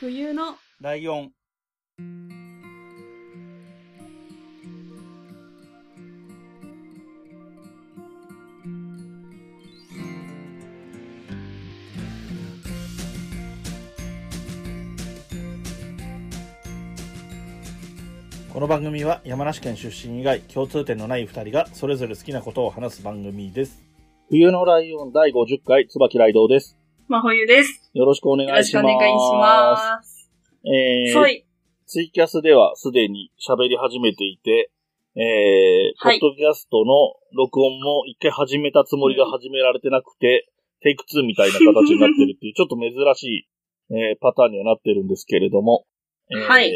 冬のライオン。この番組は山梨県出身以外共通点のない二人がそれぞれ好きなことを話す番組です。冬のライオン第50回、椿雷道です。真冬です。よろしくお願よろいししくまおす。願いします。えーそい。ツイキャスではすでに喋り始めていて、えー、はいポッドキャストの録音も一回始めたつもりが始められてなくて、テイク2みたいな形になって るっていう、ちょっと珍しい、えーパターンにはなってるんですけれども、えーはい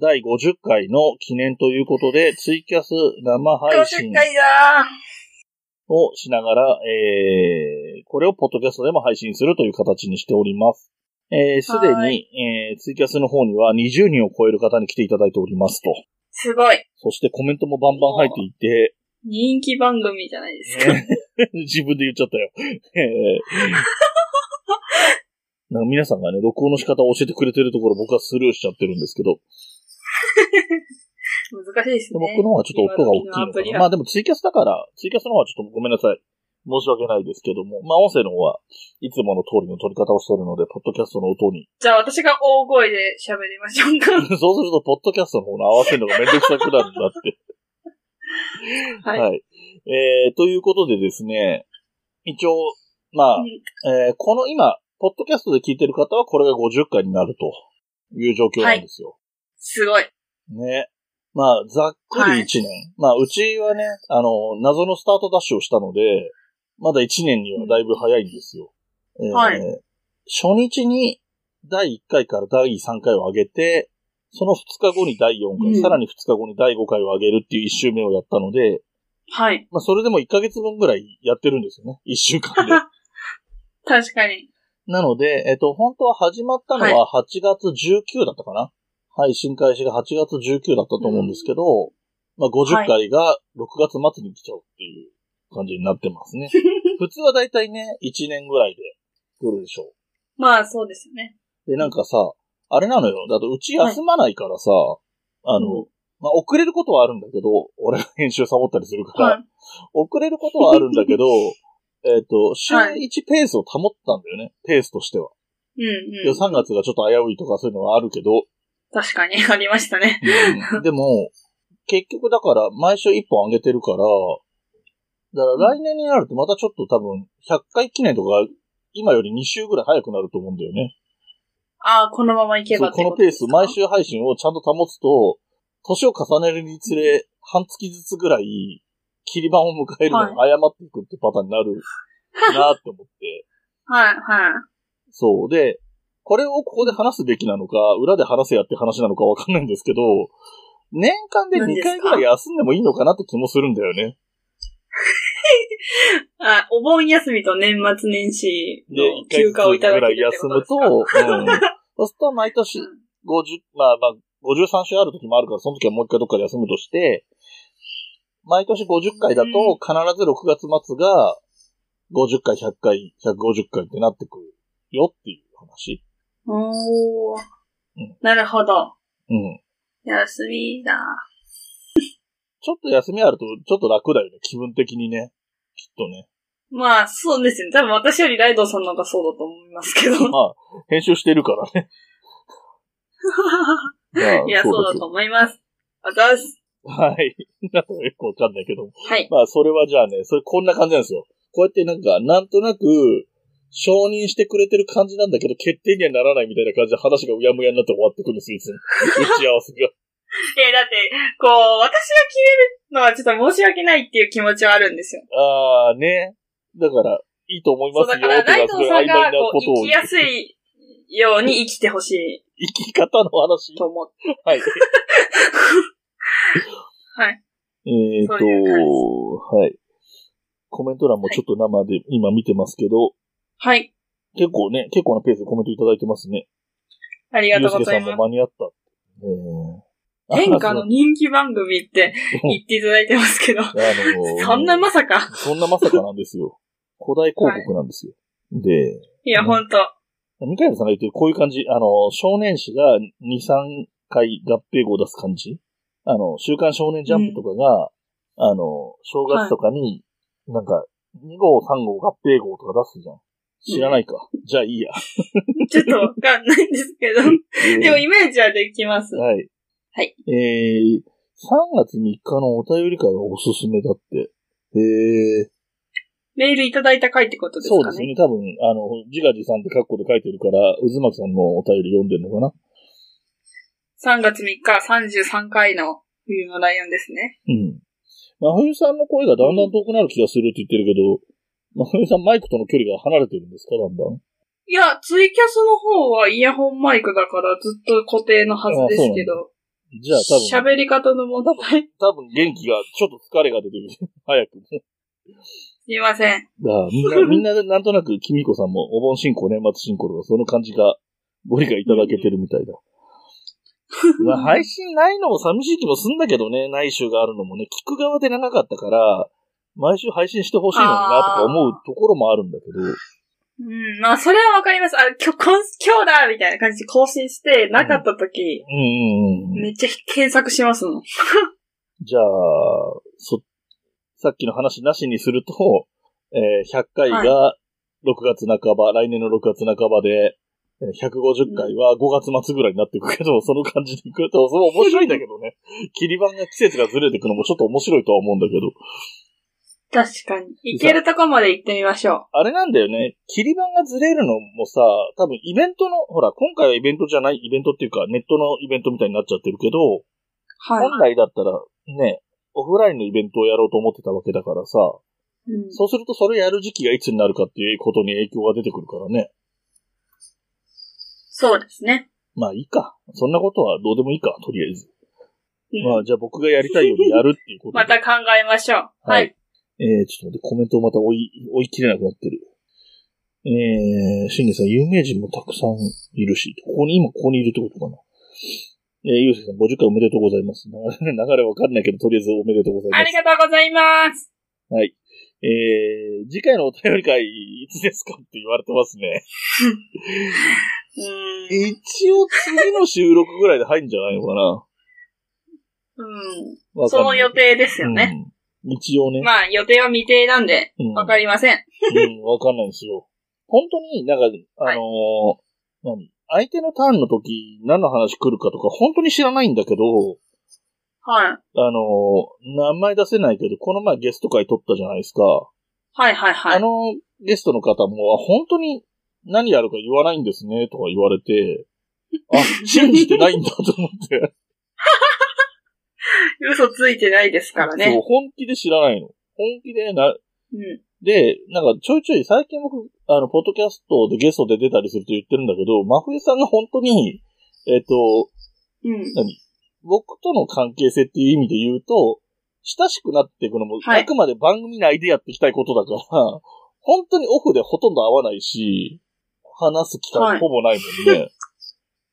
第50回の記念ということで、ツイキャス生配信50回だをしながら、えー、これをポッドキャストでも配信するという形にしております。えー、すではに、えー、ツイキャスの方には20人を超える方に来ていただいておりますと。すごい。そしてコメントもバンバン入っていて、人気番組じゃないですか。 自分で言っちゃったよ。えーなんか皆さんがね、録音の仕方を教えてくれてるところ僕はスルーしちゃってるんですけど、難しいですでね。僕の方はちょっと音が大きい今時のアのプかリな。はまあでもツイキャスだから、ツイキャスの方はちょっとごめんなさい。申し訳ないですけども、まあ音声の方はいつもの通りの取り方をしてるので、ポッドキャストの音に。じゃあ私が大声で喋りましょうか。そうすると、ポッドキャストの方の合わせるのがめんどくさくなるんだって。はいえー、ということでですね、一応、まあ、うんえーこの今、ポッドキャストで聞いてる方はこれが50回になるという状況なんですよ。すごい。ね。まあ、ざっくはいり1年。まあ、うちはね、あの、謎のスタートダッシュをしたので、まだ1年にはだいぶ早いんですよ。えーはい初日に第1回から第3回を上げて、その2日後に第4回、うんさらに2日後に第5回を上げるっていう1周目をやったので、はい。まあ、それでも1ヶ月分ぐらいやってるんですよ ね。1週間で。確かに。なので、えっと、本当は始まったのは8月19だったかな、配信開始が8月19だったと思うんですけど、まあ50回が6月末に来ちゃうっていう感じになってます ね。普通はだいたいね、1年ぐらいで来るでしょまあそうですよね。う。で、なんかさ、あれなのよ。だとうち休まないからさ、あの、うまあ遅れることはあるんだけど、俺が編集サボったりするから、はい。遅れることはあるんだ けど、えっと、週1はペースを保ったんだよね。ペースとしては。うんう予ん。 3月がちょっと危ういとかそういうのはあるけど、確かにありましたね。でも、結局だから、毎週1本上げてるから、だから来年になるとまたちょっと多分、100回記念とか、今より2週ぐらい早くなると思うんだよね。ああ、このままいけそばうってこのことペーですかス、毎週配信をちゃんと保つと、年を重ねるにつれ、半月ずつぐらい、切り板を迎えるのが誤っていくってパターンになるなって思って。はい、はそう。で、これをここで話すべきなのか、裏で話せやって話なのかわかんないんですけど、年間で何で2すか回ぐらい休んでもいいのかなって気もするんだよね。い。あ、お盆休みと年末年始で、の1回休ずつ暇をいただぐけらるいって休ことむですと、かうん、そうすると毎年50、まあまあ、53週ある時もあるから、その時はもう一回どっかで休むとして、毎年50回だう、と必ず6月末が、50回、100回、150回ってなってくるよっていう話。おーうん。なるほど。うん。休みだ。ちょっと休みあると、ちょっと楽だよね。気分的にね。きっとね。 まあ、そうですね。多分私よりライドさんの方がそうだと思います けど。まあ、編集してるから ね。いや、そうだと思います。あざっす。思う。はい。 なんかよくわかんないけど。はい。まあ、それはじゃあね、それこんな感じなんですよ。こうやってなんか、なんとなく、承認してくれてる感じなんだけど、決定にはならないみたいな感じで話がうやむやになって終わってくるんですよ、い つも。打ち合わせが。え、だって、こう、私が決めるのはちょっと申し訳ないっていう気持ちはあるんですよ。あーね。だから、いいと思いそまう、すだよ、から、ライドさんが、こう、生をき。やすいように生きてほし生き方の話い。と思って。はい。 はい。えっ、そういと、はい。コメント欄もちょっと生で今見てますけど、はい。結構ね、結構なペースでコメントいただいてますね。ありゆがうとうすごけざさいんまもす。間に合った。えー変化の人気番組って言っていただいてますけど、あの そんなまさか。そんなまさかなんですよ。古代広告なんですよ。で、いや、うんほんと。三上さんが言ってるこういう感じ、あの、少年誌が2、3回合併号を出す感じあの、週刊少年ジャンプとかが、あの、正月とかに、なんか、2号、3号合併号とか出すじゃん。知らないか。じゃあいいや。ちょっとわかんないんですけど。 でもイメージはできます。はい。はい。えー、3月3日のお便り会はおすすめだって。えー、メールいただいた回ってことですそうでかすね。ね。多分、あの、自画自賛ってカッコで書いてるから、渦巻さんのお便り読んでるのかな3月3日33回の冬のライオンですね。うん。真冬さんの声がだんだん遠くなる気がするって言ってるけど、真冬さんマイクとの距離が離れてるんですかだんだん。いや、ツイキャスの方はイヤホンマイクだからずっと固定のはずですけど、じゃあ多分、喋り方の問題。多分元気が、ちょっと疲れが出てくる。 早く。すいません。だからみんな、みんななんとなく、きみこさんもお盆進行、年末進行とか、その感じが、ご理解いただけてるみたいだ。まあ、配信ないのも寂しい気もすんだけどね、ない週があるのもね、聞く側で長かったから、毎週配信してほしいのになとか思うところもあるんだけど、うん、まあ、それはわかります。あ、今日、今今日だみたいな感じで更新して、なかった時、うんうんうん。めっちゃ検索しますもん。じゃあ、そ、さっきの話なしにすると、えー100回が6月半ば、来年の6月半ばで、えー150回は5月末ぐらいになっていくけど、 その感じでいくと、それも面白いんだけどね。切り板が季節がずれていくのもちょっと面白いとは思うんだけど。確かに。行けるとこまで行ってみましょあれなんだよね。切り板がずれるのもさ、多分イベントの、ほら、今回はイベントじゃない、イベントっていうか、ネットのイベントみたいになっちゃってるけど、う。はい。本来だったらね、オフラインのイベントをやろうと思ってたわけだからさ、うん、そうするとそれやる時期がいつになるかっていうことに影響が出てくるからね。そうですね。まあいいか。そんなことはどうでもいいか、とりあえず。うんまあじゃあ僕がやりたいようにやるっていうことまで。た考えましょう。ははいい。えー、ちょっと待って、コメントをまた追い、追い切れなくなってる。えー、シンゲさん、有名人もたくさんいるし、ここに、今ここにいるってことかな。えー、ゆうせいさん、50回おめでとうございます。流れ、流れわかんないけど、とりあえずおめでとうございます。ありがとうございます。はい。えー、次回のお便り会、いつですかって言われてますね。うん。一応次の収録ぐらいで入るんじゃないのかなうん。わか んそなのい予定ですよね。うん一応ね。まあ、予定は未定なんで、うんわかりません。うんわかんないんですよ。本当になんか、あのー何相手のターンの時、何の話来るかとか、本当に知らないんだけど、はい。あのー名前出せないけど、この前ゲスト会撮ったじゃないですか。はいはいはあい。のゲストの方も、あ本当に何やるか言わないんですね、とか言われて、 あ、信じてないんだと思って。嘘ついてないですからそうね。本気で知らないの。本気でな、うん。で、なんかちょいちょい最近僕、あの、ポッドキャストでゲストで出たりすると言ってるんだけど、真冬さんが本当に、えっ、と、うん。何僕との関係性っていう意味で言うと、親しくなっていくのも、はいあくまで番組内でやっていきたいことだから、本当にオフでほとんど会わないし、話す機は会いほぼないも んね。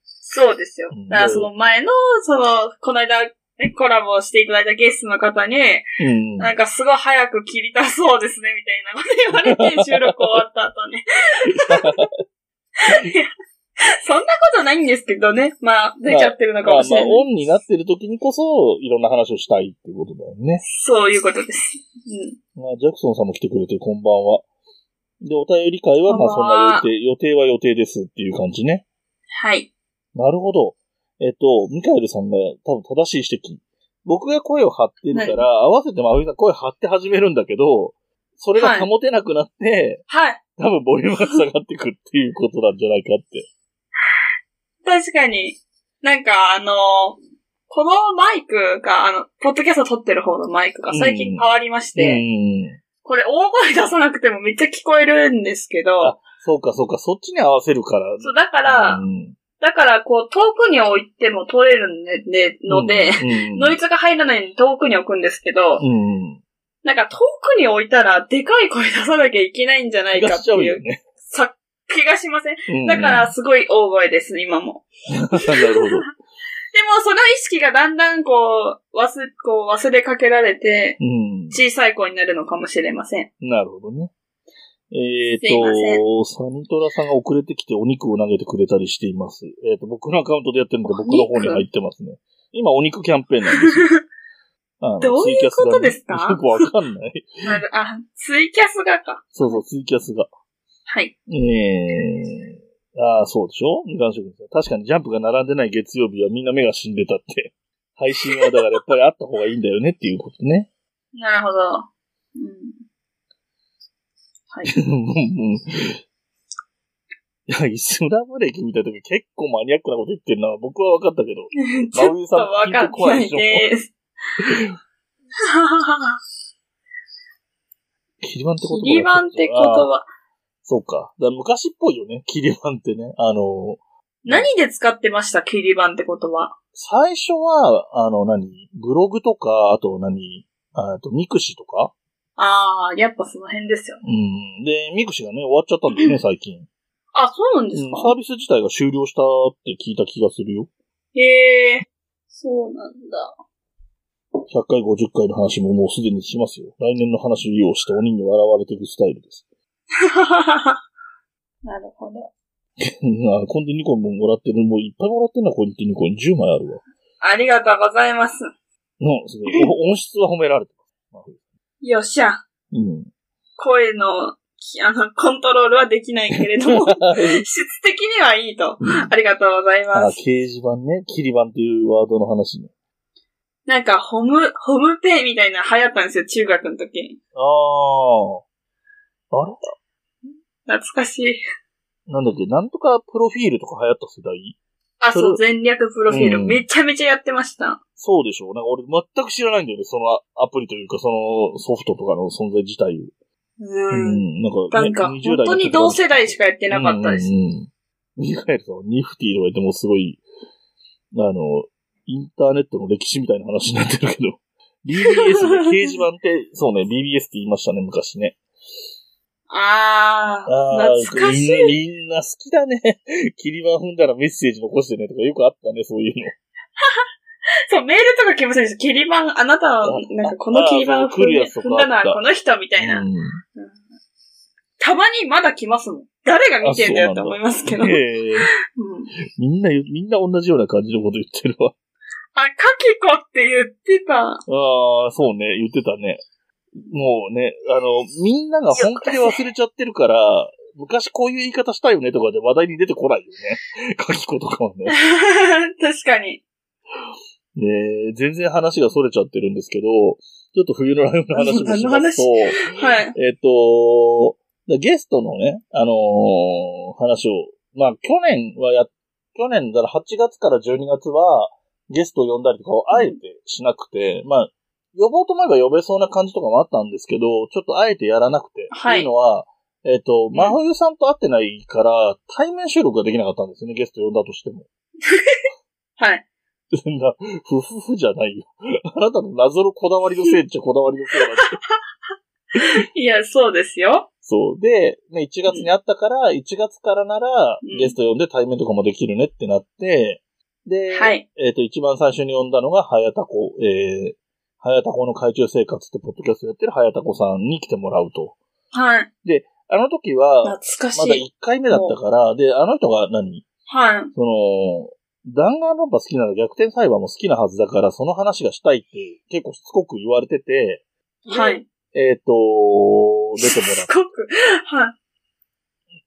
そうですようん。だからその前の、その、この間、ね、コラボしていただいたゲストの方に、うん。なんかすごい早く切りたそうですね、みたいなこと言われて、収録終わった後 に。いやそんなことないんですけどね。まあ、出ちゃってるのかまあもしまあ、れない。オンになってる時にこそ、いろんな話をしたいっていうことだよね。そういうことです。うん。まあ、ジャクソンさんも来てくれて、こんばんは。で、お便り会は、まあ、そこんんばんはな予定、予定は予定ですっていう感じね。はい。なるほど。えっと、ミカエルさんが多分正しい指摘。僕が声を張ってるから、合わせてまあ、さん声張って始めるんだけど、それが保てなくなって、はい。多分ボリュームが下がってくっていうことなんじゃないかって。確かに。なんか、あのーこのマイクが、あの、ポッドキャスト撮ってる方のマイクが最近変わりまして、うん。これ大声出さなくてもめっちゃ聞こえるんですけあど、そうか、そうか、そっちに合わせるから。そう、だから、うんだから、こう、遠くに置いても撮れるんで、でので、う んノイズが入らないように遠くに置くんですけど、うん。なんか遠くに置いたら、でかい声出さなきゃいけないんじゃない気かがっしてちゃういよう、ね。さ、気がしません。うんだ から、、すごい大声です、今も。なるほど。でも、その意識がだんだん、こう、忘、こう、忘れかけられて、うん。小さい子になるのかもしれません。なるほどね。えっ、すいませんと、サニトラさんが遅れてきてお肉を投げてくれたりしています。えっ、と、僕のアカウントでやってるので僕の方に入ってますね。今、お肉キャンペーンなんです よ。あのどういうことですかツイキャスがねよくわかんない。なる、あ、ツイキャスがか。そうそう、ツイキャスが。はい。ええああ、そうでしょみかん職人さん。確かにジャンプが並んでない月曜日はみんな目が死んでたって。配信はだからやっぱりあった方がいいんだよねっていうことね。なるほど。うん。はい。 うんうんいや、イスラム歴みたいな時結構マニアックなこと言ってるな。僕は分かったけど。ちょっとわかんないです。 キリバンって言葉がキリバンって言あー葉。そうか。だから昔っぽいよね。キリバンってね。あの、何で使ってましたキリバンって言葉。最初は、あの何、ブログとか、あと何、あとミクシィとか。ああ、やっぱその辺ですよね。うん。で、ミクシィがね、終わっちゃった んだよね、最近。あ、そうなんうでんすか、サービス自体が終了したって聞いた気がするよ。へえ。そうなん だ。 100回、50回の話ももうすでにしますよ。来年の話を利用して鬼に笑われていくスタイルです。なるほど。うんあ、コンティニコンももらってる。もういっぱいもらってんな、コンティニコン。10枚あるわ。ありがとうございます。うん、すごい。お音質は褒められてます。よっしゃ。うん。声の、きあの、コントロールはできないけれど も、質的にはいいと。ありがとうございあ、ます。掲示板ね。キリバンっていうワードの話ね。なんか、ホム、ホムペイみたいなの流行ったんですよ、中学の時。ああ。あれ懐かしい。なんだっけなんとかプロフィールとか流行った世代あ、そそう、れ全略プロフィール、うんめちゃめちゃやってました。そうでしょう。なんか俺全く知らないんだよね。そのアプリというか、そのソフトとかの存在自体を。う。うんん。なんかなね、んか、本20代当に同世代しかかやってなかったです。うんうんうんミカエルさんはニフティとか言ってもうすごい、あの、インターネットの歴史みたいな話になってるけ ど。BBS の掲示板って、そうね、BBS って言いましたね、昔ね。ああー、ー懐かし。みんないみんな好きだね。 キリバン踏んだらメッセージ残してねとかよくあったね、そういうの。そう、メールとか来ませんでした。切り板、あなたは、なんかこの切り板を踏んでああそう来るやつとか踏んだのあったはこの人みたいな。うんたまにまだ来ますもん。誰が見てんだよと思いますけど。うんええみんな、みんな同じような感じのこと言ってるわ。あ、カキコって言ってた。ああ、そうね、言ってたね。もうね、あの、みんなが本気で忘れちゃってるから、昔こういう言い方したよねとかで話題に出てこないよね。 書き子とかはね。 確かに。ね全然話が逸れちゃってるんですけど、ちょっと冬のライブの話もし何のます話と、はい。 えっと、ゲストのね、あのー話を、まあ、去年はや、去年、だから8月から12月は、ゲストを呼んだりとかをあえてしなくて、まあ、呼ぼうと思えば呼べそうな感じとかもあったんですけど、ちょっとあえてやらなくて、はいっていうのは、えっ、と、ん真冬さんと会ってないから、対面収録ができなかったんですよね、ゲスト呼んだとしても。はい。そんな、ふふふじゃないよ。あなたの謎のこだわりのせいっちゃこだわりのせいなんだけどいや、そうですよ。そう。で、ね、1月にあったから、1月からならうん、ゲスト呼んで対面とかもできるねってなって、で、はい。えっ、と、一番最初に呼んだのが、はやたこ、えー、はやたこの海中生活ってポッドキャストやってるはやたこさんに来てもらうと。はい。あの時は、懐かしまだ1い。回目だったから、で、あの人が何はい。その、弾丸論破好きなら逆転裁判も好きなはずだから、その話がしたいって結構しつこく言われてて、はい。えっ、と、出てもらってすごく。は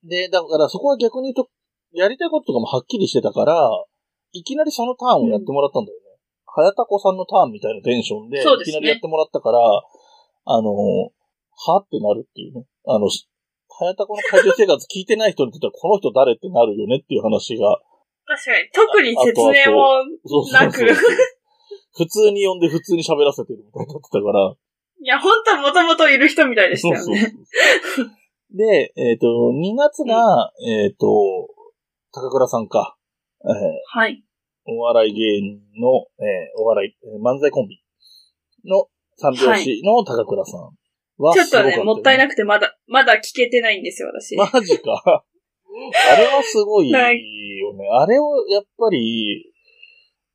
い。で、だからそこは逆に言うと、やりたいこととかもはっきりしてたから、いきなりそのターンをやってもらったんだよね。はやたこさんのターンみたいなテンションで、そういですきねなりやってもらったから、あの、はってなるっていうね。あの、しはやたこの会場生活聞いてない人にとっては、この人誰ってなるよねっていう話が。確かに。特に説明もそうそなうそくう。。 普通に呼んで普通に喋らせてるみたいになってたから。いや、本当はもともといる人みたいでしたよね。そうそうそうで、えっ、と、2月が、えっ、と、高倉さんか。えーはい。お笑い芸人の、えーお笑い、えー漫才コンビの三拍子の高倉さんはちょっとね、もったいくなくてまだ、まだ聞けてないんですよ、私。マジ か。あれはすごいよね。あれを、やっぱり、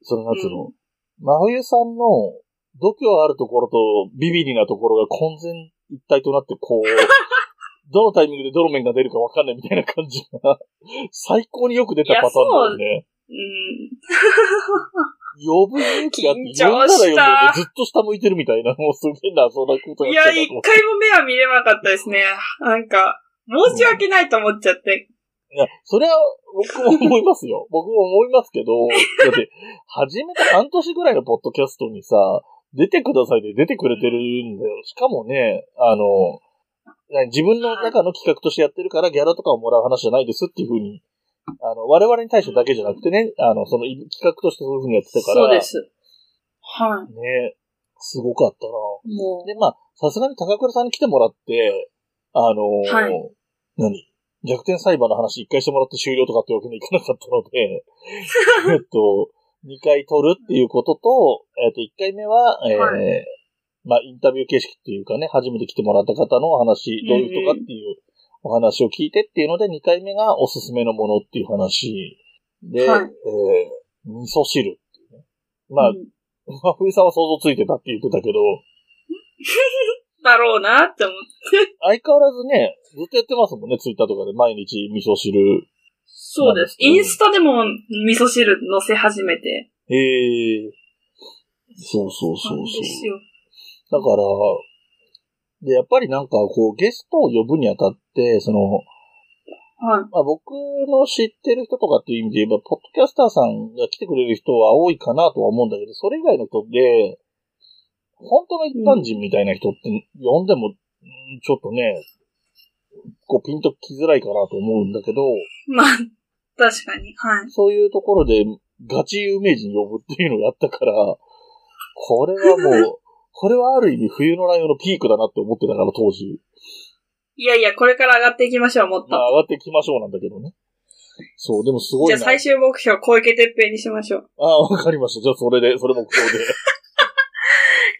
その、なんつうの、真冬さんの度胸あるところとビビリなところが混然一体となって、こう、 どのタイミングでどの面が出るかわかんないみたいな感じが、最高によく出たパターンだよね。うん。呼ぶ勇気があって、緊張した呼んだら呼んだでずっと下向いてるみたいな、もうすげえな、そんなこといやっや、て一んだと思って回も目は見れなかったですね。なんか、申し訳ないと思っちゃって。いや、それは僕も思いますよ。 僕も思いますけど、だって、始めた半年ぐらいのポッドキャストにさ、出てくださいで出てくれてるんだよ。しかもね、あの、何自分の中の企画としてやってるからギャラとかをもらう話じゃないですっていうふうに、あの、我々に対してだけじゃなくてね、あの、その企画としてそういうふうにやってたから、そうです。はね、すごかったな。い。もう。で、まあ、さすがに高倉さんに来てもらって、あのーはい何逆転裁判の話一回してもらって終了とかってわけにいかなかったので、 えっと、二回取るっていうことと、えっと、一回目は、えーはまあ、インタビュー形式っていうかね、初めて来てもらった方のお話、どういう人かっていうお話を聞いてっていうので、二回目がおすすめのものっていう話で、はいえー味噌汁っていうね。まあう、んまあ、冬さんは想像ついてたって言ってたけど、だろうなって思って。相変わらずね、ずっとやってますもんね、ツイッターとかで毎日味噌汁。そうです。なんですけどインスタでも味噌汁載せ始めて。ええそうそうそうなんですそう。よ。だから、で、やっぱりなんかこう、ゲストを呼ぶにあたって、その、はい。まあ僕の知ってる人とかっていう意味で言えば、ポッドキャスターさんが来てくれる人は多いかなとは思うんだけど、それ以外の人で、本当の一般人みたいな人って呼んでも、うんちょっとね、こうピンときづらいかなと思うんだけど、まあ、確かに。はい。そういうところでガチ有名人呼ぶっていうのをやったから、これはもう、これはある意味冬のライオンのピークだなって思ってたから当時。いやいや、これから上がっていきましょう、もっまと。あ上がってきましょうなんだけどね。そう、でもすごじいゃあな。最終目標、小池徹平にしましょう。ああ、わかりました。じゃあそれで、それ目標で。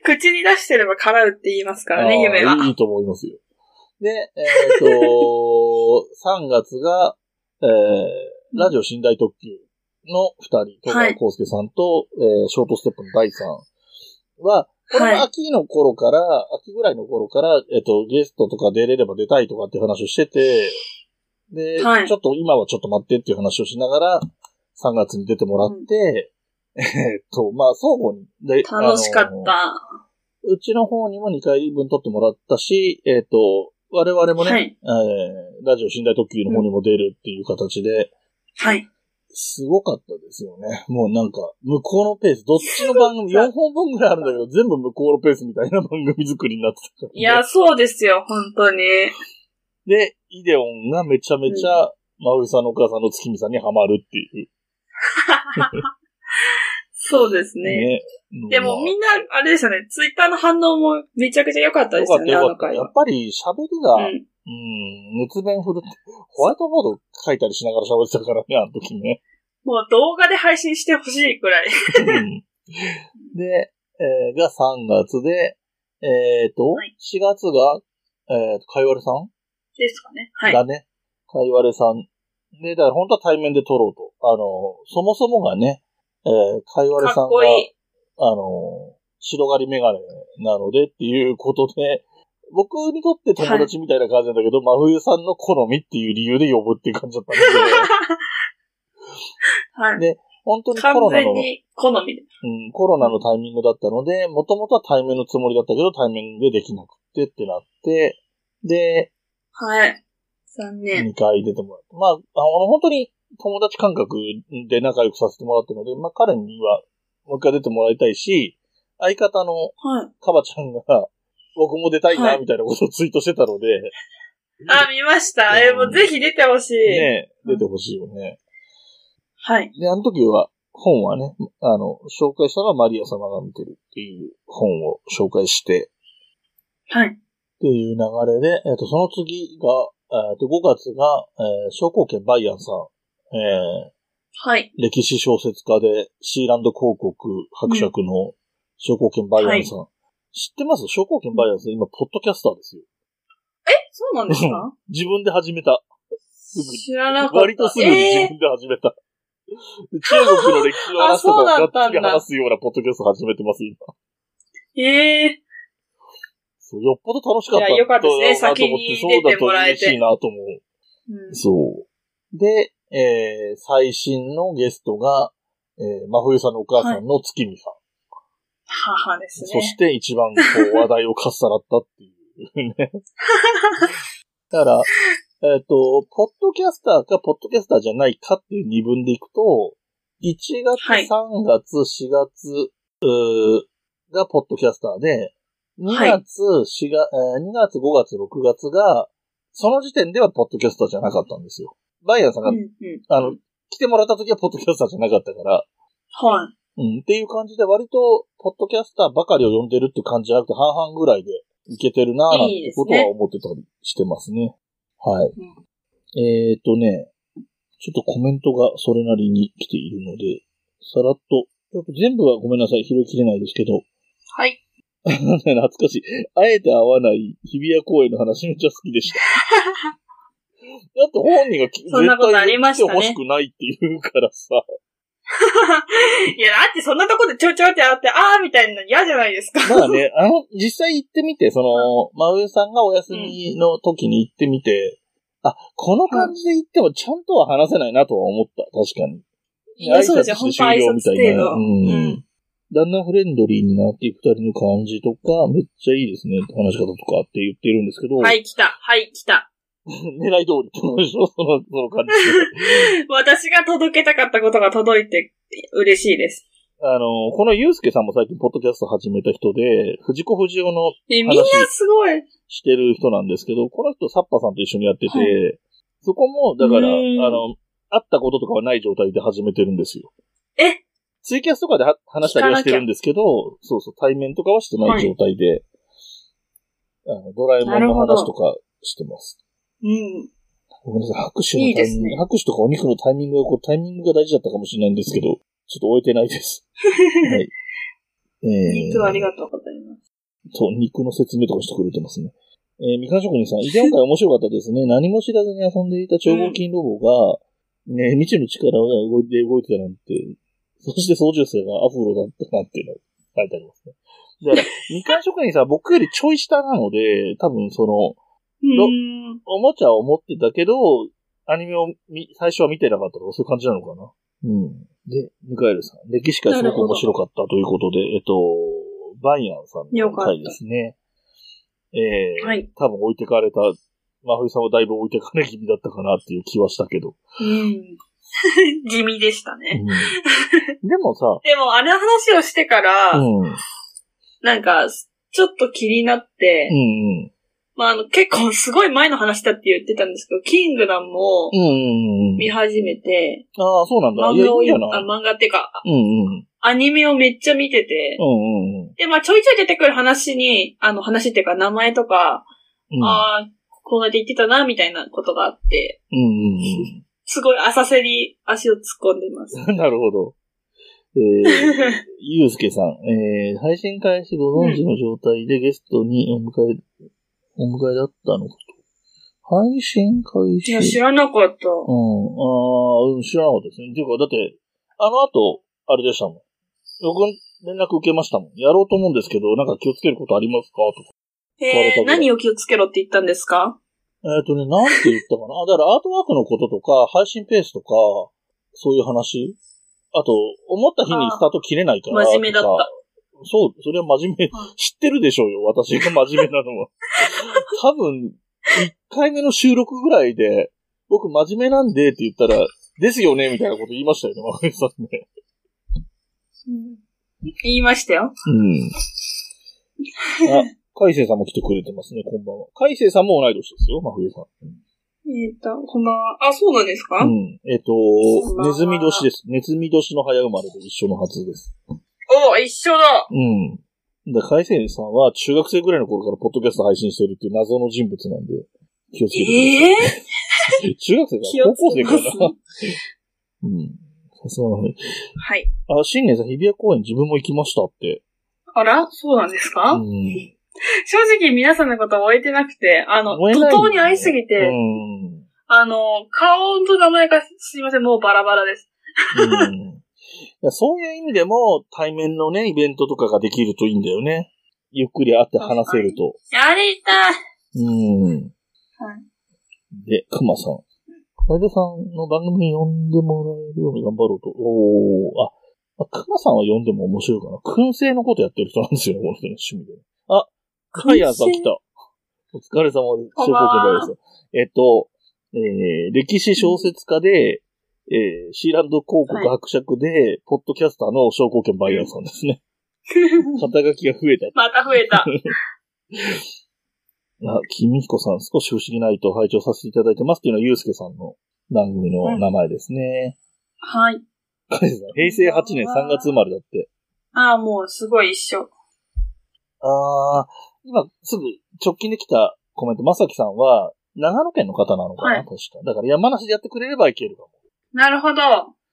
口に出してれば叶うって言いますからね、夢あは。あいいと思いますよ。で、えっ、と、3月 が、えー、ラジオ寝台特急の2人、戸川康介さんと、えーショートステップの第さんは、これはいも秋の頃から、秋ぐらいの頃から、えっ、と、ゲストとか出れれば出たいとかっていう話をしてて、で、はいちょっと今はちょっと待ってっていう話をしながら、3月に出てもらって、えっと、まあ、相互に。で楽しかっあのた。うちの方にも2回分取ってもらったし、えっ、と、我々もね、はいえーラジオ寝台特急の方にも出るっていう形で、はい。すごかったですよね。もうなんか、向こうのペース、どっちの番 組、4本分ぐらいあるんだけど、全部向こうのペースみたいな番組作りになってたから、いや、そうですよ、本当に。で、イデオンがめちゃめちゃ、まおりさんのお母さんの月見さんにはまるっていう。そうですね。ねでもみんな、あれですよね、ツイッターの反応もめちゃくちゃ良かったよですよかったね、あよかのった。回やっは。ぱり喋りが、うんうん、熱弁振るって、ホワイトボード書いたりしながら喋ってたからね、あの時ね。もう動画で配信してほしいくらい。うんで、えーが3月で、えっ、と、はい4月が、えっ、と、かいわれさん、ですかね。はい。だね。かいわれさん。で、だから本当は対面で撮ろうと。あの、そもそもがね、えー、かいわれさかんっがこ、いい。あの、白刈りメガネなのでっていうことで、僕にとって友達みたいな感じなんだけど、真冬さんの好みっていう理由で呼ぶっていう感じだったんで。 はい。で本当にコ完ロナの全、に好みで。うん、コロナのタイミングだったので、もともとは対面のつもりだったけど、対面でできなくてってなって、で、はい。残念。 2回出てもらって。まあ、あの、本当に友達感覚で仲良くさせてもらってるので、まあ彼にはもう一回出てもらいたいし、相方のはい。カバちゃんが、僕も出たいはな、いみたいなことをツイートしてたので、あ、見ました。え、もうぜひ出てほしい。ね、出てほしいよね。はい。で、あの時は、本はね、あの、紹介したのはマリア様が見てるっていう本を紹介して、はい。っていう流れで、えっ、と、その次が、えっ、と、5月が、えー、商工研バイアンさん、えはい。ー、歴史小説家で、シーランド広告伯爵の商工研バイアンさん。知ってます商工研バイアンさん、今、ポッドキャスターですよ。え、そうなんですか自分で始めた。すぐに知らなかった。割とすぐに自え分で始めた。で中国の歴史の話とかをあそうだがったっんつりだ話すようなポッドキャスト始めてます、今。ー、えーそうよっぽど楽しかったいやよかったですねだと思って先に出てもらえてそうだと嬉しいなと思うんう。そう。で、えー、最新のゲストが、えー、真冬さんのお母さんの月見さん。母ですそね。して一番こう話題をかっさらったっていう ね。だから、えっ、と、ポッドキャスターかポッドキャスターじゃないかっていう二分でいくと、1月、はい3月、4月うーがポッドキャスターで、2月、4月、えー2月、5月、6月が、その時点ではポッドキャスターじゃなかったんですよ。バイアンさんが、うんうん。あの、来てもらった時はポッドキャスターじゃなかったから、はい。うん、っていう感じで割と、ポッドキャスターばかりを呼んでるって感じじゃなくて、半々ぐらいでいけてるなぁなんいいてですこねとは思ってたりしてますね。はい。えっ、ー、とね、ちょっとコメントがそれなりに来ているので、さらっと、ちょっと全部はごめんなさい、拾いきれないですけど、はい。 懐かしい。あえて会わない日比谷公園の話めっちゃ好き でした。だって本人がき絶そんなことあ対りにま来してたねほしくないって言うからさ。いや、だってそんなとこでちょいちょいってやって、あーみたいなの嫌じゃないですか。ま あね、あの、実際行ってみて、その、真上さんがお休みの時に行ってみて、あ、この感じで行ってもちゃんとは話せないなとは思った、確かに。いや、そうですよ。挨本拶当挨拶して程度。うん。うんだんだんフレンドリーになっていく二人の感じとか、めっちゃいいですね、話し方とかって言ってるんですけど、はい、来た。はい、来た。 狙い通りってことでしょ その、その感じで。私が届けたかったことが届いて嬉しいです。あの、このゆうすけさんも最近ポッドキャスト始めた人で、藤子不二雄のえ、みんなすごい。してる人なんですけど、この人、サッパさんと一緒にやってて、はそこも、だから、あうんの、会ったこととかはない状態で始めてるんですよ。えツイキャスとかでは話したりはしてるんですけど、そうそう、対面とかはしてない状態で、あのドラえもんの話とかしてます。うん。ごめんなさい、拍手のタイミいングいですね拍手とかお肉のタイミングが、こうタイミングが大事だったかもしれないんですけど、ちょっと終えてないです。はい。えーいつもありがとうございます。そう、肉の説明とかしてくれてますね。えー、みかん職人さん、以前回面白かったですね。何も知らずに遊んでいた超合金ロボが、ね、未知の力が動いて動いてたなんて、そして操縦性がアフロだったなんていうの書いてありますね。だから、みかん職人さんは僕よりちょい下なので、多分その、うどーん。おもちゃを持ってたけど、アニメを見最初は見てなかったとか、そういう感じなのかな。うん。で、ミカエルさん、歴史界すごく面白かったということで、えっと、バイアンさんの回ですね。えー、はい多分置いてかれた、真冬さんはだいぶ置いてかれ気味だったかなっていう気はしたけど。うん。 地味でしたね。うんでもさ、でも、あれの話をしてから、うん。うんなんか、ちょっと気になって、うん。まあ、あの、結構すごい前の話だって言ってたんですけど、キングダムをうんうんうん。見始めて、ああ、そうなんだ。い漫や、い画をいじゃあない。漫画っていうか、うんうん。アニメをめっちゃ見てて、うんうんうん。で、まあ、ちょいちょい出てくる話に、あの、話っていうか、名前とか、うんああ、こうやって言ってたな、みたいなことがあって、うんうんうん。すごい浅瀬に足を突っ込んで ます。 なるほど。えー、ゆうすけさん、えー、配信開始ご存知の状態でゲストにお迎え、お迎えだったのかと。配信開いや、知始。らなかった。うん、あーうん、知らなかったですね。ていうか、だって、あの後、あれでしたもん。よく連絡受けましたもん。やろうと思うんですけど、なんか気をつけることありますかとか。えー、何を気をつけろって言ったんですかえっ、とね、なんて言ったかな。 あだからアートワークのこととか、配信ペースとか、そういう話。あと、思った日にスタート切れないから。真面目だっとかた。そう、それは真面目うん、知ってるでしょうよ、私が真面目なの は。多分、1回目の収録ぐらいで、僕真面目なんでって言ったら、ですよね、みたいなこと言いましたよね、マフさんね。言いましたよ。うん。あ、海星さんも来てくれてますね、こんばんは。海星さんも同い年ですよ、真冬さん。えっ、と、こんばんは。あ、そうなんですか、うん。えっ、こんばと、んはネズミ年です。ネズミ年の早生まれで一緒のはずです。お一緒だうん。だから、海星さんは中学生ぐらいの頃からポッドキャスト配信してるっていう謎の人物なんで、気をつけてください。ええ中学生か気なを高校つけま生かすなうん。さすがの。はい。あ、新年さん、日比谷公園自分も行きましたって。あらそうなんですか、うん。正直皆さんのことは終えてなくて、あの、追え怒ない涛に会いすぎて、うん。あの、顔と名前がすいません、もうバラバラです。うんいやそういう意味でも、対面のね、イベントとかができるといいんだよね。ゆっくり会って話せると。やり たい。うん。はい。で、熊さん。ライドさんの番組に呼んでもらえるように頑張ろうと。おー、あ、まあ熊さんは呼んでも面白いかな。燻製のことやってる人なんですよね、この人の趣味で。あ、カイアンさん来た。お疲れ様です。こんばんは紹介してもらいましたえっと、えー、歴史小説家で、えー、シーランド広告伯爵で、ポッドキャスターの証拠権バイヤーさんですね。肩書きが増えた。また増え た。あ、君彦さん、少し不思議ないと拝聴させていただいてますっていうのは、ゆうすけさんの番組の名前ですね。はい。カイさん、平成8年3月生まれだって。ああ、もうすごい一緒。あー、今、すぐ、直近で来たコメント、まさきさんは、長野県の方なのかな、はい確か。だから山梨でやってくれればいけるかも。なるほど。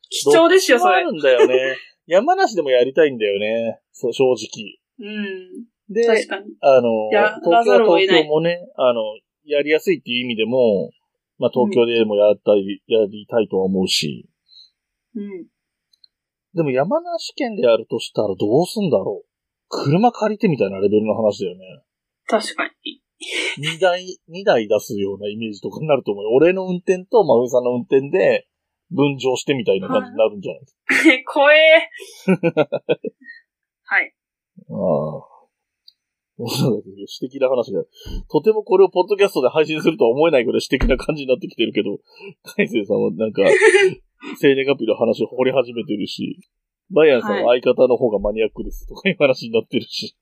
貴重ですよ、そあれ。るんだよね。 山梨でもやりたいんだよね。そう、正直。うん。確で、かに。あのや、ら東京ざはるを東得ない京もね、あの、やりやすいっていう意味でも、まあ、東京でもやったり、やりたいとは思うし。うん。でも山梨県でやるとしたらどうすんだろう。車借りてみたいなレベルの話だよね。確かに。 2台、2台出すようなイメージとかになると思うよ。俺の運転と真冬さんの運転で分譲してみたいな感じになるんじゃないですか。怖 え。はい。 ああ。そうだけど、私的な話が。とてもこれをポッドキャストで配信するとは思えないぐらい私的な感じになってきてるけど、海星さんはなんか、生年月日の話を掘り始めてるし、バイアンさんは相方の方がマニアックですとかいう話になってるし。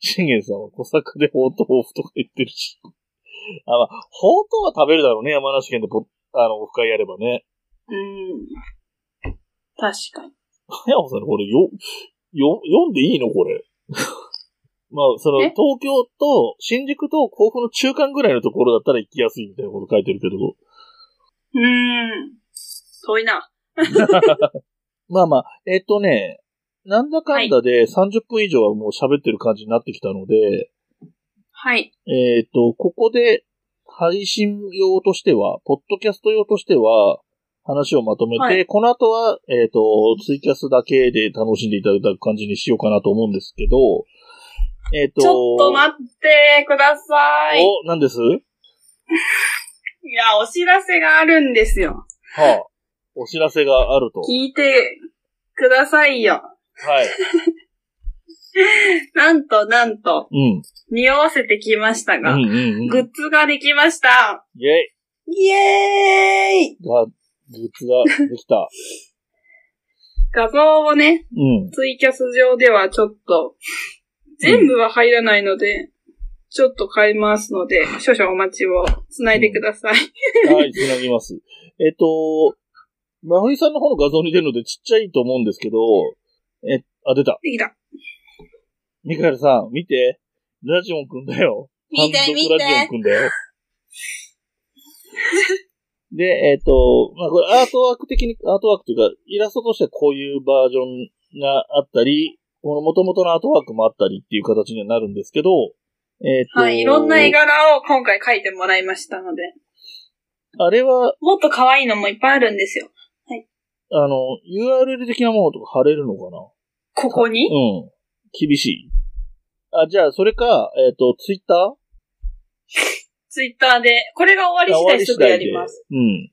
信玄さんは小坂でほうとうふとか言ってるし。あ、まあ、ほうとうは食べるだろうね、山梨県でポあの、オフ会やればね。うん。確かに。早尾さん、これ、よ、よ、読んでいいのこれ。 まあ、その、え東京と、新宿と甲府の中間ぐらいのところだったら行きやすいみたいなこと書いてるけど。うん。遠いな。まあまあ、えっ、とね、なんだかんだで30分以上はもう喋ってる感じになってきたので、はい。えっ、と、ここで配信用としては、ポッドキャスト用としては、話をまとめて、はいこの後は、えっ、と、ツイキャスだけで楽しんでいただく感じにしようかなと思うんですけど、えっ、と、ちょっと待ってください。お、何ですいや、お知らせがあるんですよ。はあ、お知らせがあると。聞いてくださいよ。はい。なんとなんと、うん。匂わせてきましたうが、んうんうグん。ッズができました。イェイイエーイが、グッズができた。画像をね、うん。ツイキャス上ではちょっと、全部は入らないので、ちょっと買いますので、少々お待ちをつないでください。はい、つなぎます。えっと、まふりさんの方の画像に出るのでちっちゃいと思うんですけど、え、あ、出た。できた。ミカエルさん、見て。ラジオンくんだよ。見て単独見てラジオンくんだよ。で、えっ、と、まあ、これアートワーク的に、アートワークというか、イラストとしてはこういうバージョンがあったり、この元々のアートワークもあったりっていう形にはなるんですけど、えっ、と、はい、いろんな絵柄を今回描いてもらいましたので、あれは、もっと可愛いのもいっぱいあるんですよ。あの、URL 的なものとか貼れるのかこなこに、うん。厳しい。あ、じゃあ、それか、えっ、と、ツイッターツイッターで、これが終わり次第すぐやります。。うん。うり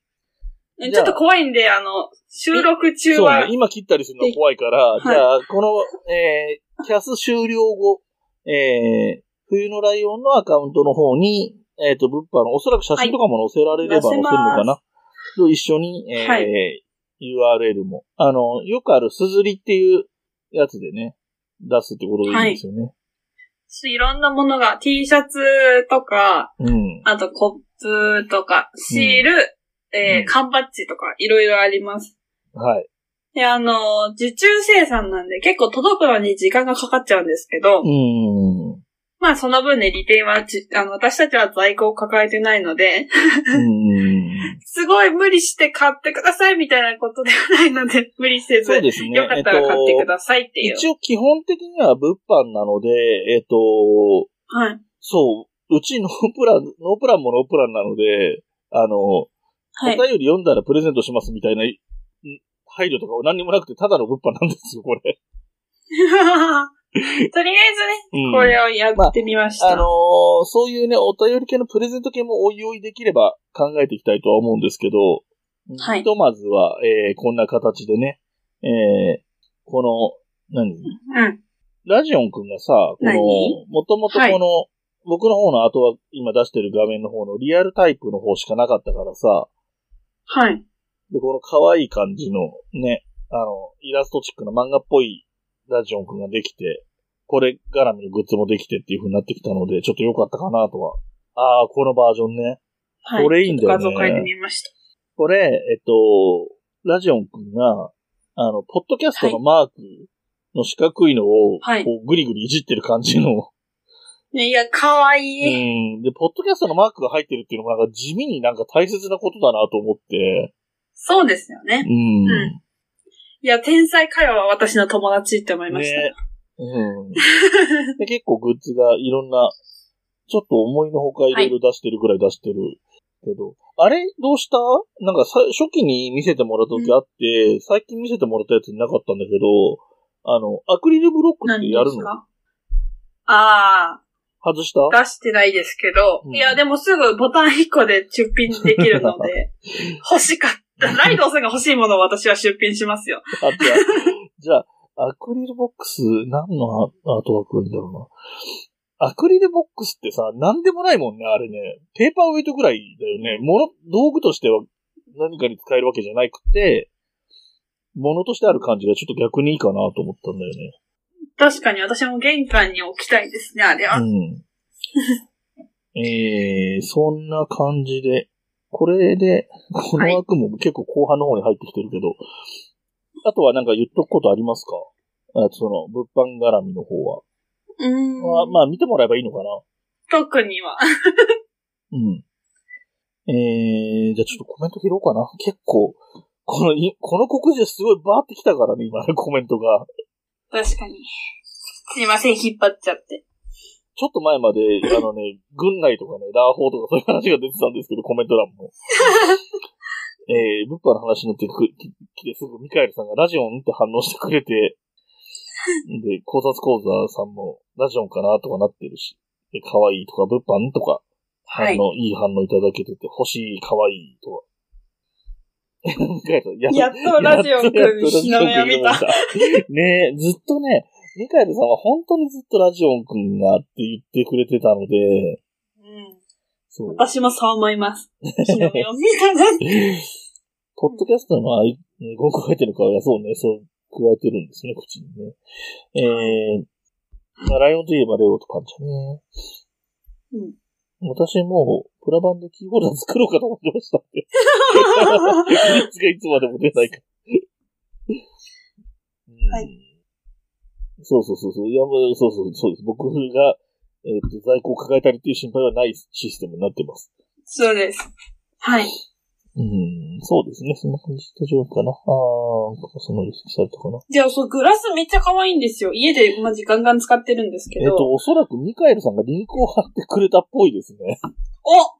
次第んじちゃょあっと怖いんで、あの、収録中そうはね、、今切ったりするのは怖いから、いじゃあ、この、えー、キャス終了後、えー、冬のライオンのアカウントの方に、えっ、と、物販の、おそらく写真とかも載せられれば載せはいるのかな、と一緒に、えーは URL も。あの、よくある、すずりっていうやつでね、出すってことでいいんですよね。いろんなものが、T シャツとか、うん。あとコップとか、シール、うんえー、缶バッジとか、いろいろあります。はい。で、あの、受注生産なんで結構届くのに時間がかかっちゃうんですけど、うん。うんまあその分ね、利点はち、あの、私たちは在庫を抱えてないので、 すごい無理して買ってくださいみたいなことではないので、 無理せず、そうですね。よかったら買ってくださいってえいっうと。一応、基本的には物販なので、えっ、と、はい。そう。うちノープラン、ノープランもノープランなので、あの、はいお。 便り読んだらプレゼントしますみたいな、ん配慮とかは何にもなくて、ただの物販なんですよ、これ。とりあえずね、これをやってみました。あのー、そういうね、お便り系のプレゼント系もおいおいできれば考えていきたいとは思うんですけど、はい。ひとまずは、えー、こんな形でね、えー、この、何うん。ラジオンくんがさ、この、もともとこの、はい、僕の方の後は今出してる画面の方のリアルタイプの方しかなかったからさ、はい。で、この可愛い感じのね、あの、イラストチックの漫画っぽいラジオンくんができて、これ絡みのグッズもできてっていう風になってきたので、ちょっと良かったかなとは。ああ、このバージョンね。はい。これいいんだよね。画像変えてみました。これ、えっと、ラジオンくんが、あの、ポッドキャストのマークの四角いのを、はい、、こう、ぐりぐりいじってる感じの、はいいや、かわいい。うん。で、ポッドキャストのマークが入ってるっていうのもなんか地味になんか大切なことだなと思って。そうですよね。うん。うんいや、天才会話は私の友達って思いました。ね、うんで。結構グッズがいろんな、ちょっと思いのほかいろいろ出してるぐらい出してるけど、はい、あれどうしたなんかさ初期に見せてもらった時あって、うん、最近見せてもらったやつになかったんだけど、あの、アクリルブロックってやるのああ。外した出してないですけど、うん、いや、でもすぐボタン1個で出品できるの で、欲しかった。ライドさんが欲しいものを私は出品しますよ。あじゃあ、じゃあ、アクリルボックス、何のアートワークなんだろうな。アクリルボックスってさ、何でもないもんね、あれね。ペーパーウェイトぐらいだよね。もの、道具としては何かに使えるわけじゃなくて、ものとしてある感じがちょっと逆にいいかなと思ったんだよね。確かに私も玄関に置きたいですね、あれは。うん。 えー、そんな感じで。これで、この枠も結構後半の方に入ってきてるけど、はい、あとはなんか言っとくことありますかあその、物販絡みの方は。うん。まあ、まあ、見てもらえばいいのかな特には。うん。えー、じゃあちょっとコメント拾おうかな。結構、この、この告示すごいバーってきたからね、今ね、コメントが。確かに。すいません、引っ張っちゃって。ちょっと前まで、 あのね、軍内とかね、ラーホーとかそういう話が出てたんですけど、コメント欄 も。えー、物販の話になってく、来てすぐミカエルさんがラジオンって反応してくれて、で、考察講座さんもラジオンかなとかなってるし、で、可愛いとか物販とか、はい、あの、いい反応いただけてて、欲しい、可愛いとか。 ミカエルさん、やっとラジオンくん、日の目を見た。ねえ、ずっとね、ミカエルさんは本当にずっとラジオンくんがって言ってくれてたので、うん。そう。私もそう思います。 日の目を見た な。ポッドキャストのアイコン加えてるから、いや、そうね、そう、加えてるんですね、口にね。えー、まあ、ライオンといえばレオとパンチャね。うん。私も、プラ版でキーボード作ろうかと思ってましたって。いつがいつまでも出ないかうん。 はい。そうそうそうそう。いや、そうそう、そうです。僕が、えっ、ー、と、在庫を抱えたりっていう心配はないシステムになってます。そうです。はい。うん、そうですね。そんな感じで大丈夫かな。ああ、その意識されたかな。じゃあ、そう、グラスめっちゃ可愛いんですよ。家でマジガンガン使ってるんですけど。えっ、ー、と、おそらくミカエルさんがリンクを貼ってくれたっぽいですね。お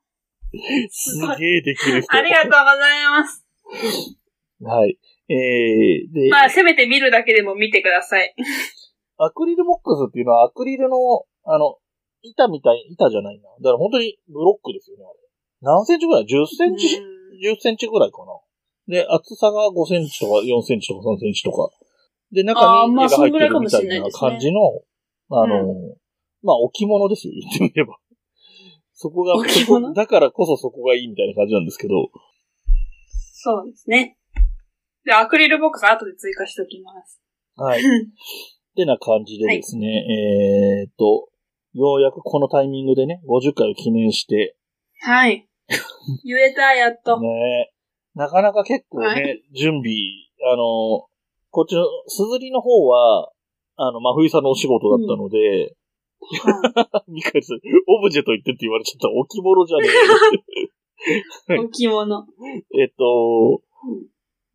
すげえできる人。ありがとうございます。はい。えー、で。まあ、せめて見るだけでも見てください。アクリルボックスっていうのはアクリルの、あの、板みたい、板じゃないな。だから本当にブロックですよね、あれ。何センチぐらい ?10 センチ ?10 センチぐらいかな。で、厚さが5センチとか4センチとか3センチとか。で、中に絵が入ってるみたいな感じの、あ,あの、うん、まあ、置物ですよ、言ってみれば。そこが、そこだからこそそこがいいみたいな感じなんですけど。そうですね。で、アクリルボックス後で追加しておきます。はい。ってな感じでですね、はい、えっと、ようやくこのタイミングでね、50回を記念して。はい。言えた、やっと。ねなかなか結構ね、はい、準備、あの、こっちの、すずりの方は、あの、真冬さんのお仕事だったので、うん、 ミカエルさん、オブジェと言ってって言われちゃった。置物じゃね え。置物。えっと、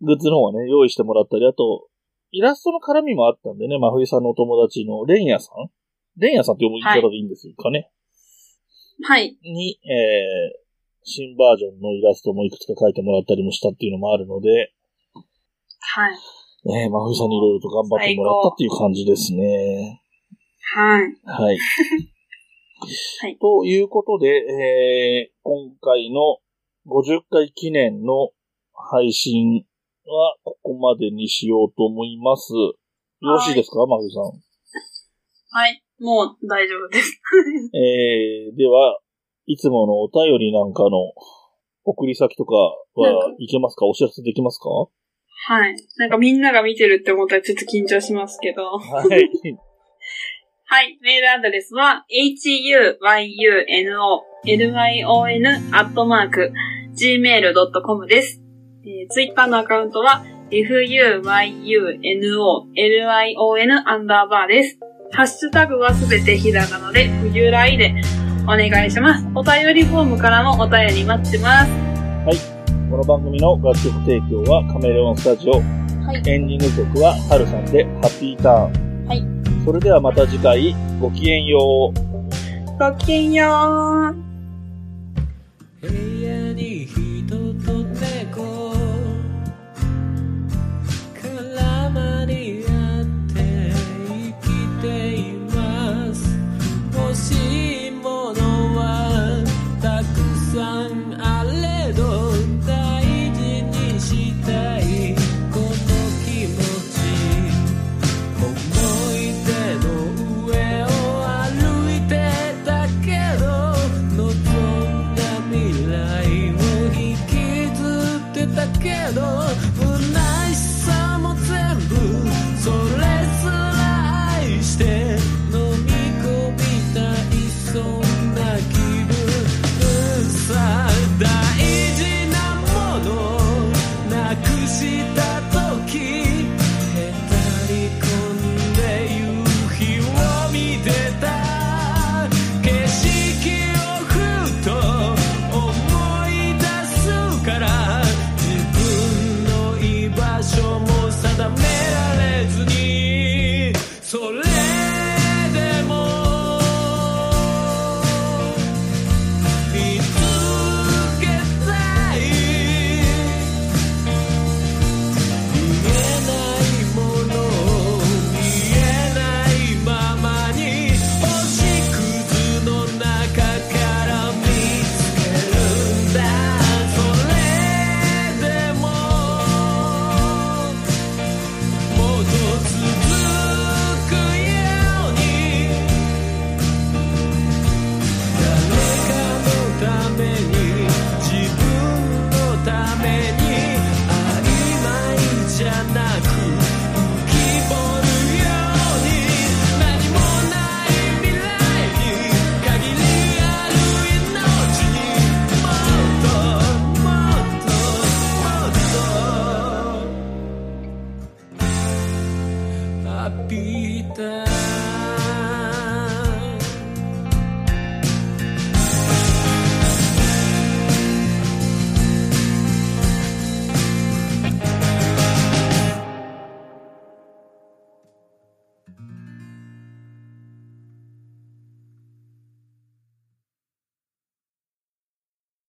グッズの方はね、用意してもらったり、あと、イラストの絡みもあったんでね、真冬さんのお友達のレンヤさんレンヤさんって呼ぶ言い方でいいんですかね。はい。に、えー、新バージョンのイラストもいくつか書いてもらったりもしたっていうのもあるので、はい。えー、真冬さんにいろいろと頑張ってもらったっていう感じですね。はい。はい。はいということで、えー今回の50回記念の配信はここまでにしようと思います。よろしいですか、マグさん。はい。もう大丈夫です。えー、では、いつものお便りなんかの送り先とかはいけますかお知らせできますかはい。なんかみんなが見てるって思ったらちょっと緊張しますけど。はい。はい。メールアドレスは、huyuno,lyon,gmail.com です。えー、ツイッターのアカウントは、fuyuno,lion アンダーバーです。ハッシュタグはすべてひらがなで、冬来でお願いします。お便りフォームからもお便り待ってます。この番組の楽曲提供はカメレオンスタジいオ。エンディング曲はハルさんでハッピーターン。はいそれではまた次回、ごきげんよう。ごきげんよう。部屋に人と猫絡まり合って生きています欲しいものはたくさんあれど大事にしたいこの気持ち思い出の上を歩いてたけど望んだ未来を引きずってたけど不悔しさも全部それすら愛して飲み込みたいそんな気分さ大事なものなくした時へたり込んで夕日を見てた景色をふと思い出すから自分の居場所も定められずにそれでも「見つけたい」「見えないもの見えないままに星屑の中から見つけるんだ」「それでももっと続くように」誰かのために自分のために曖昧じゃなく浮き彫るように何もない未来に限りある命にもっともっともっとハッピーターン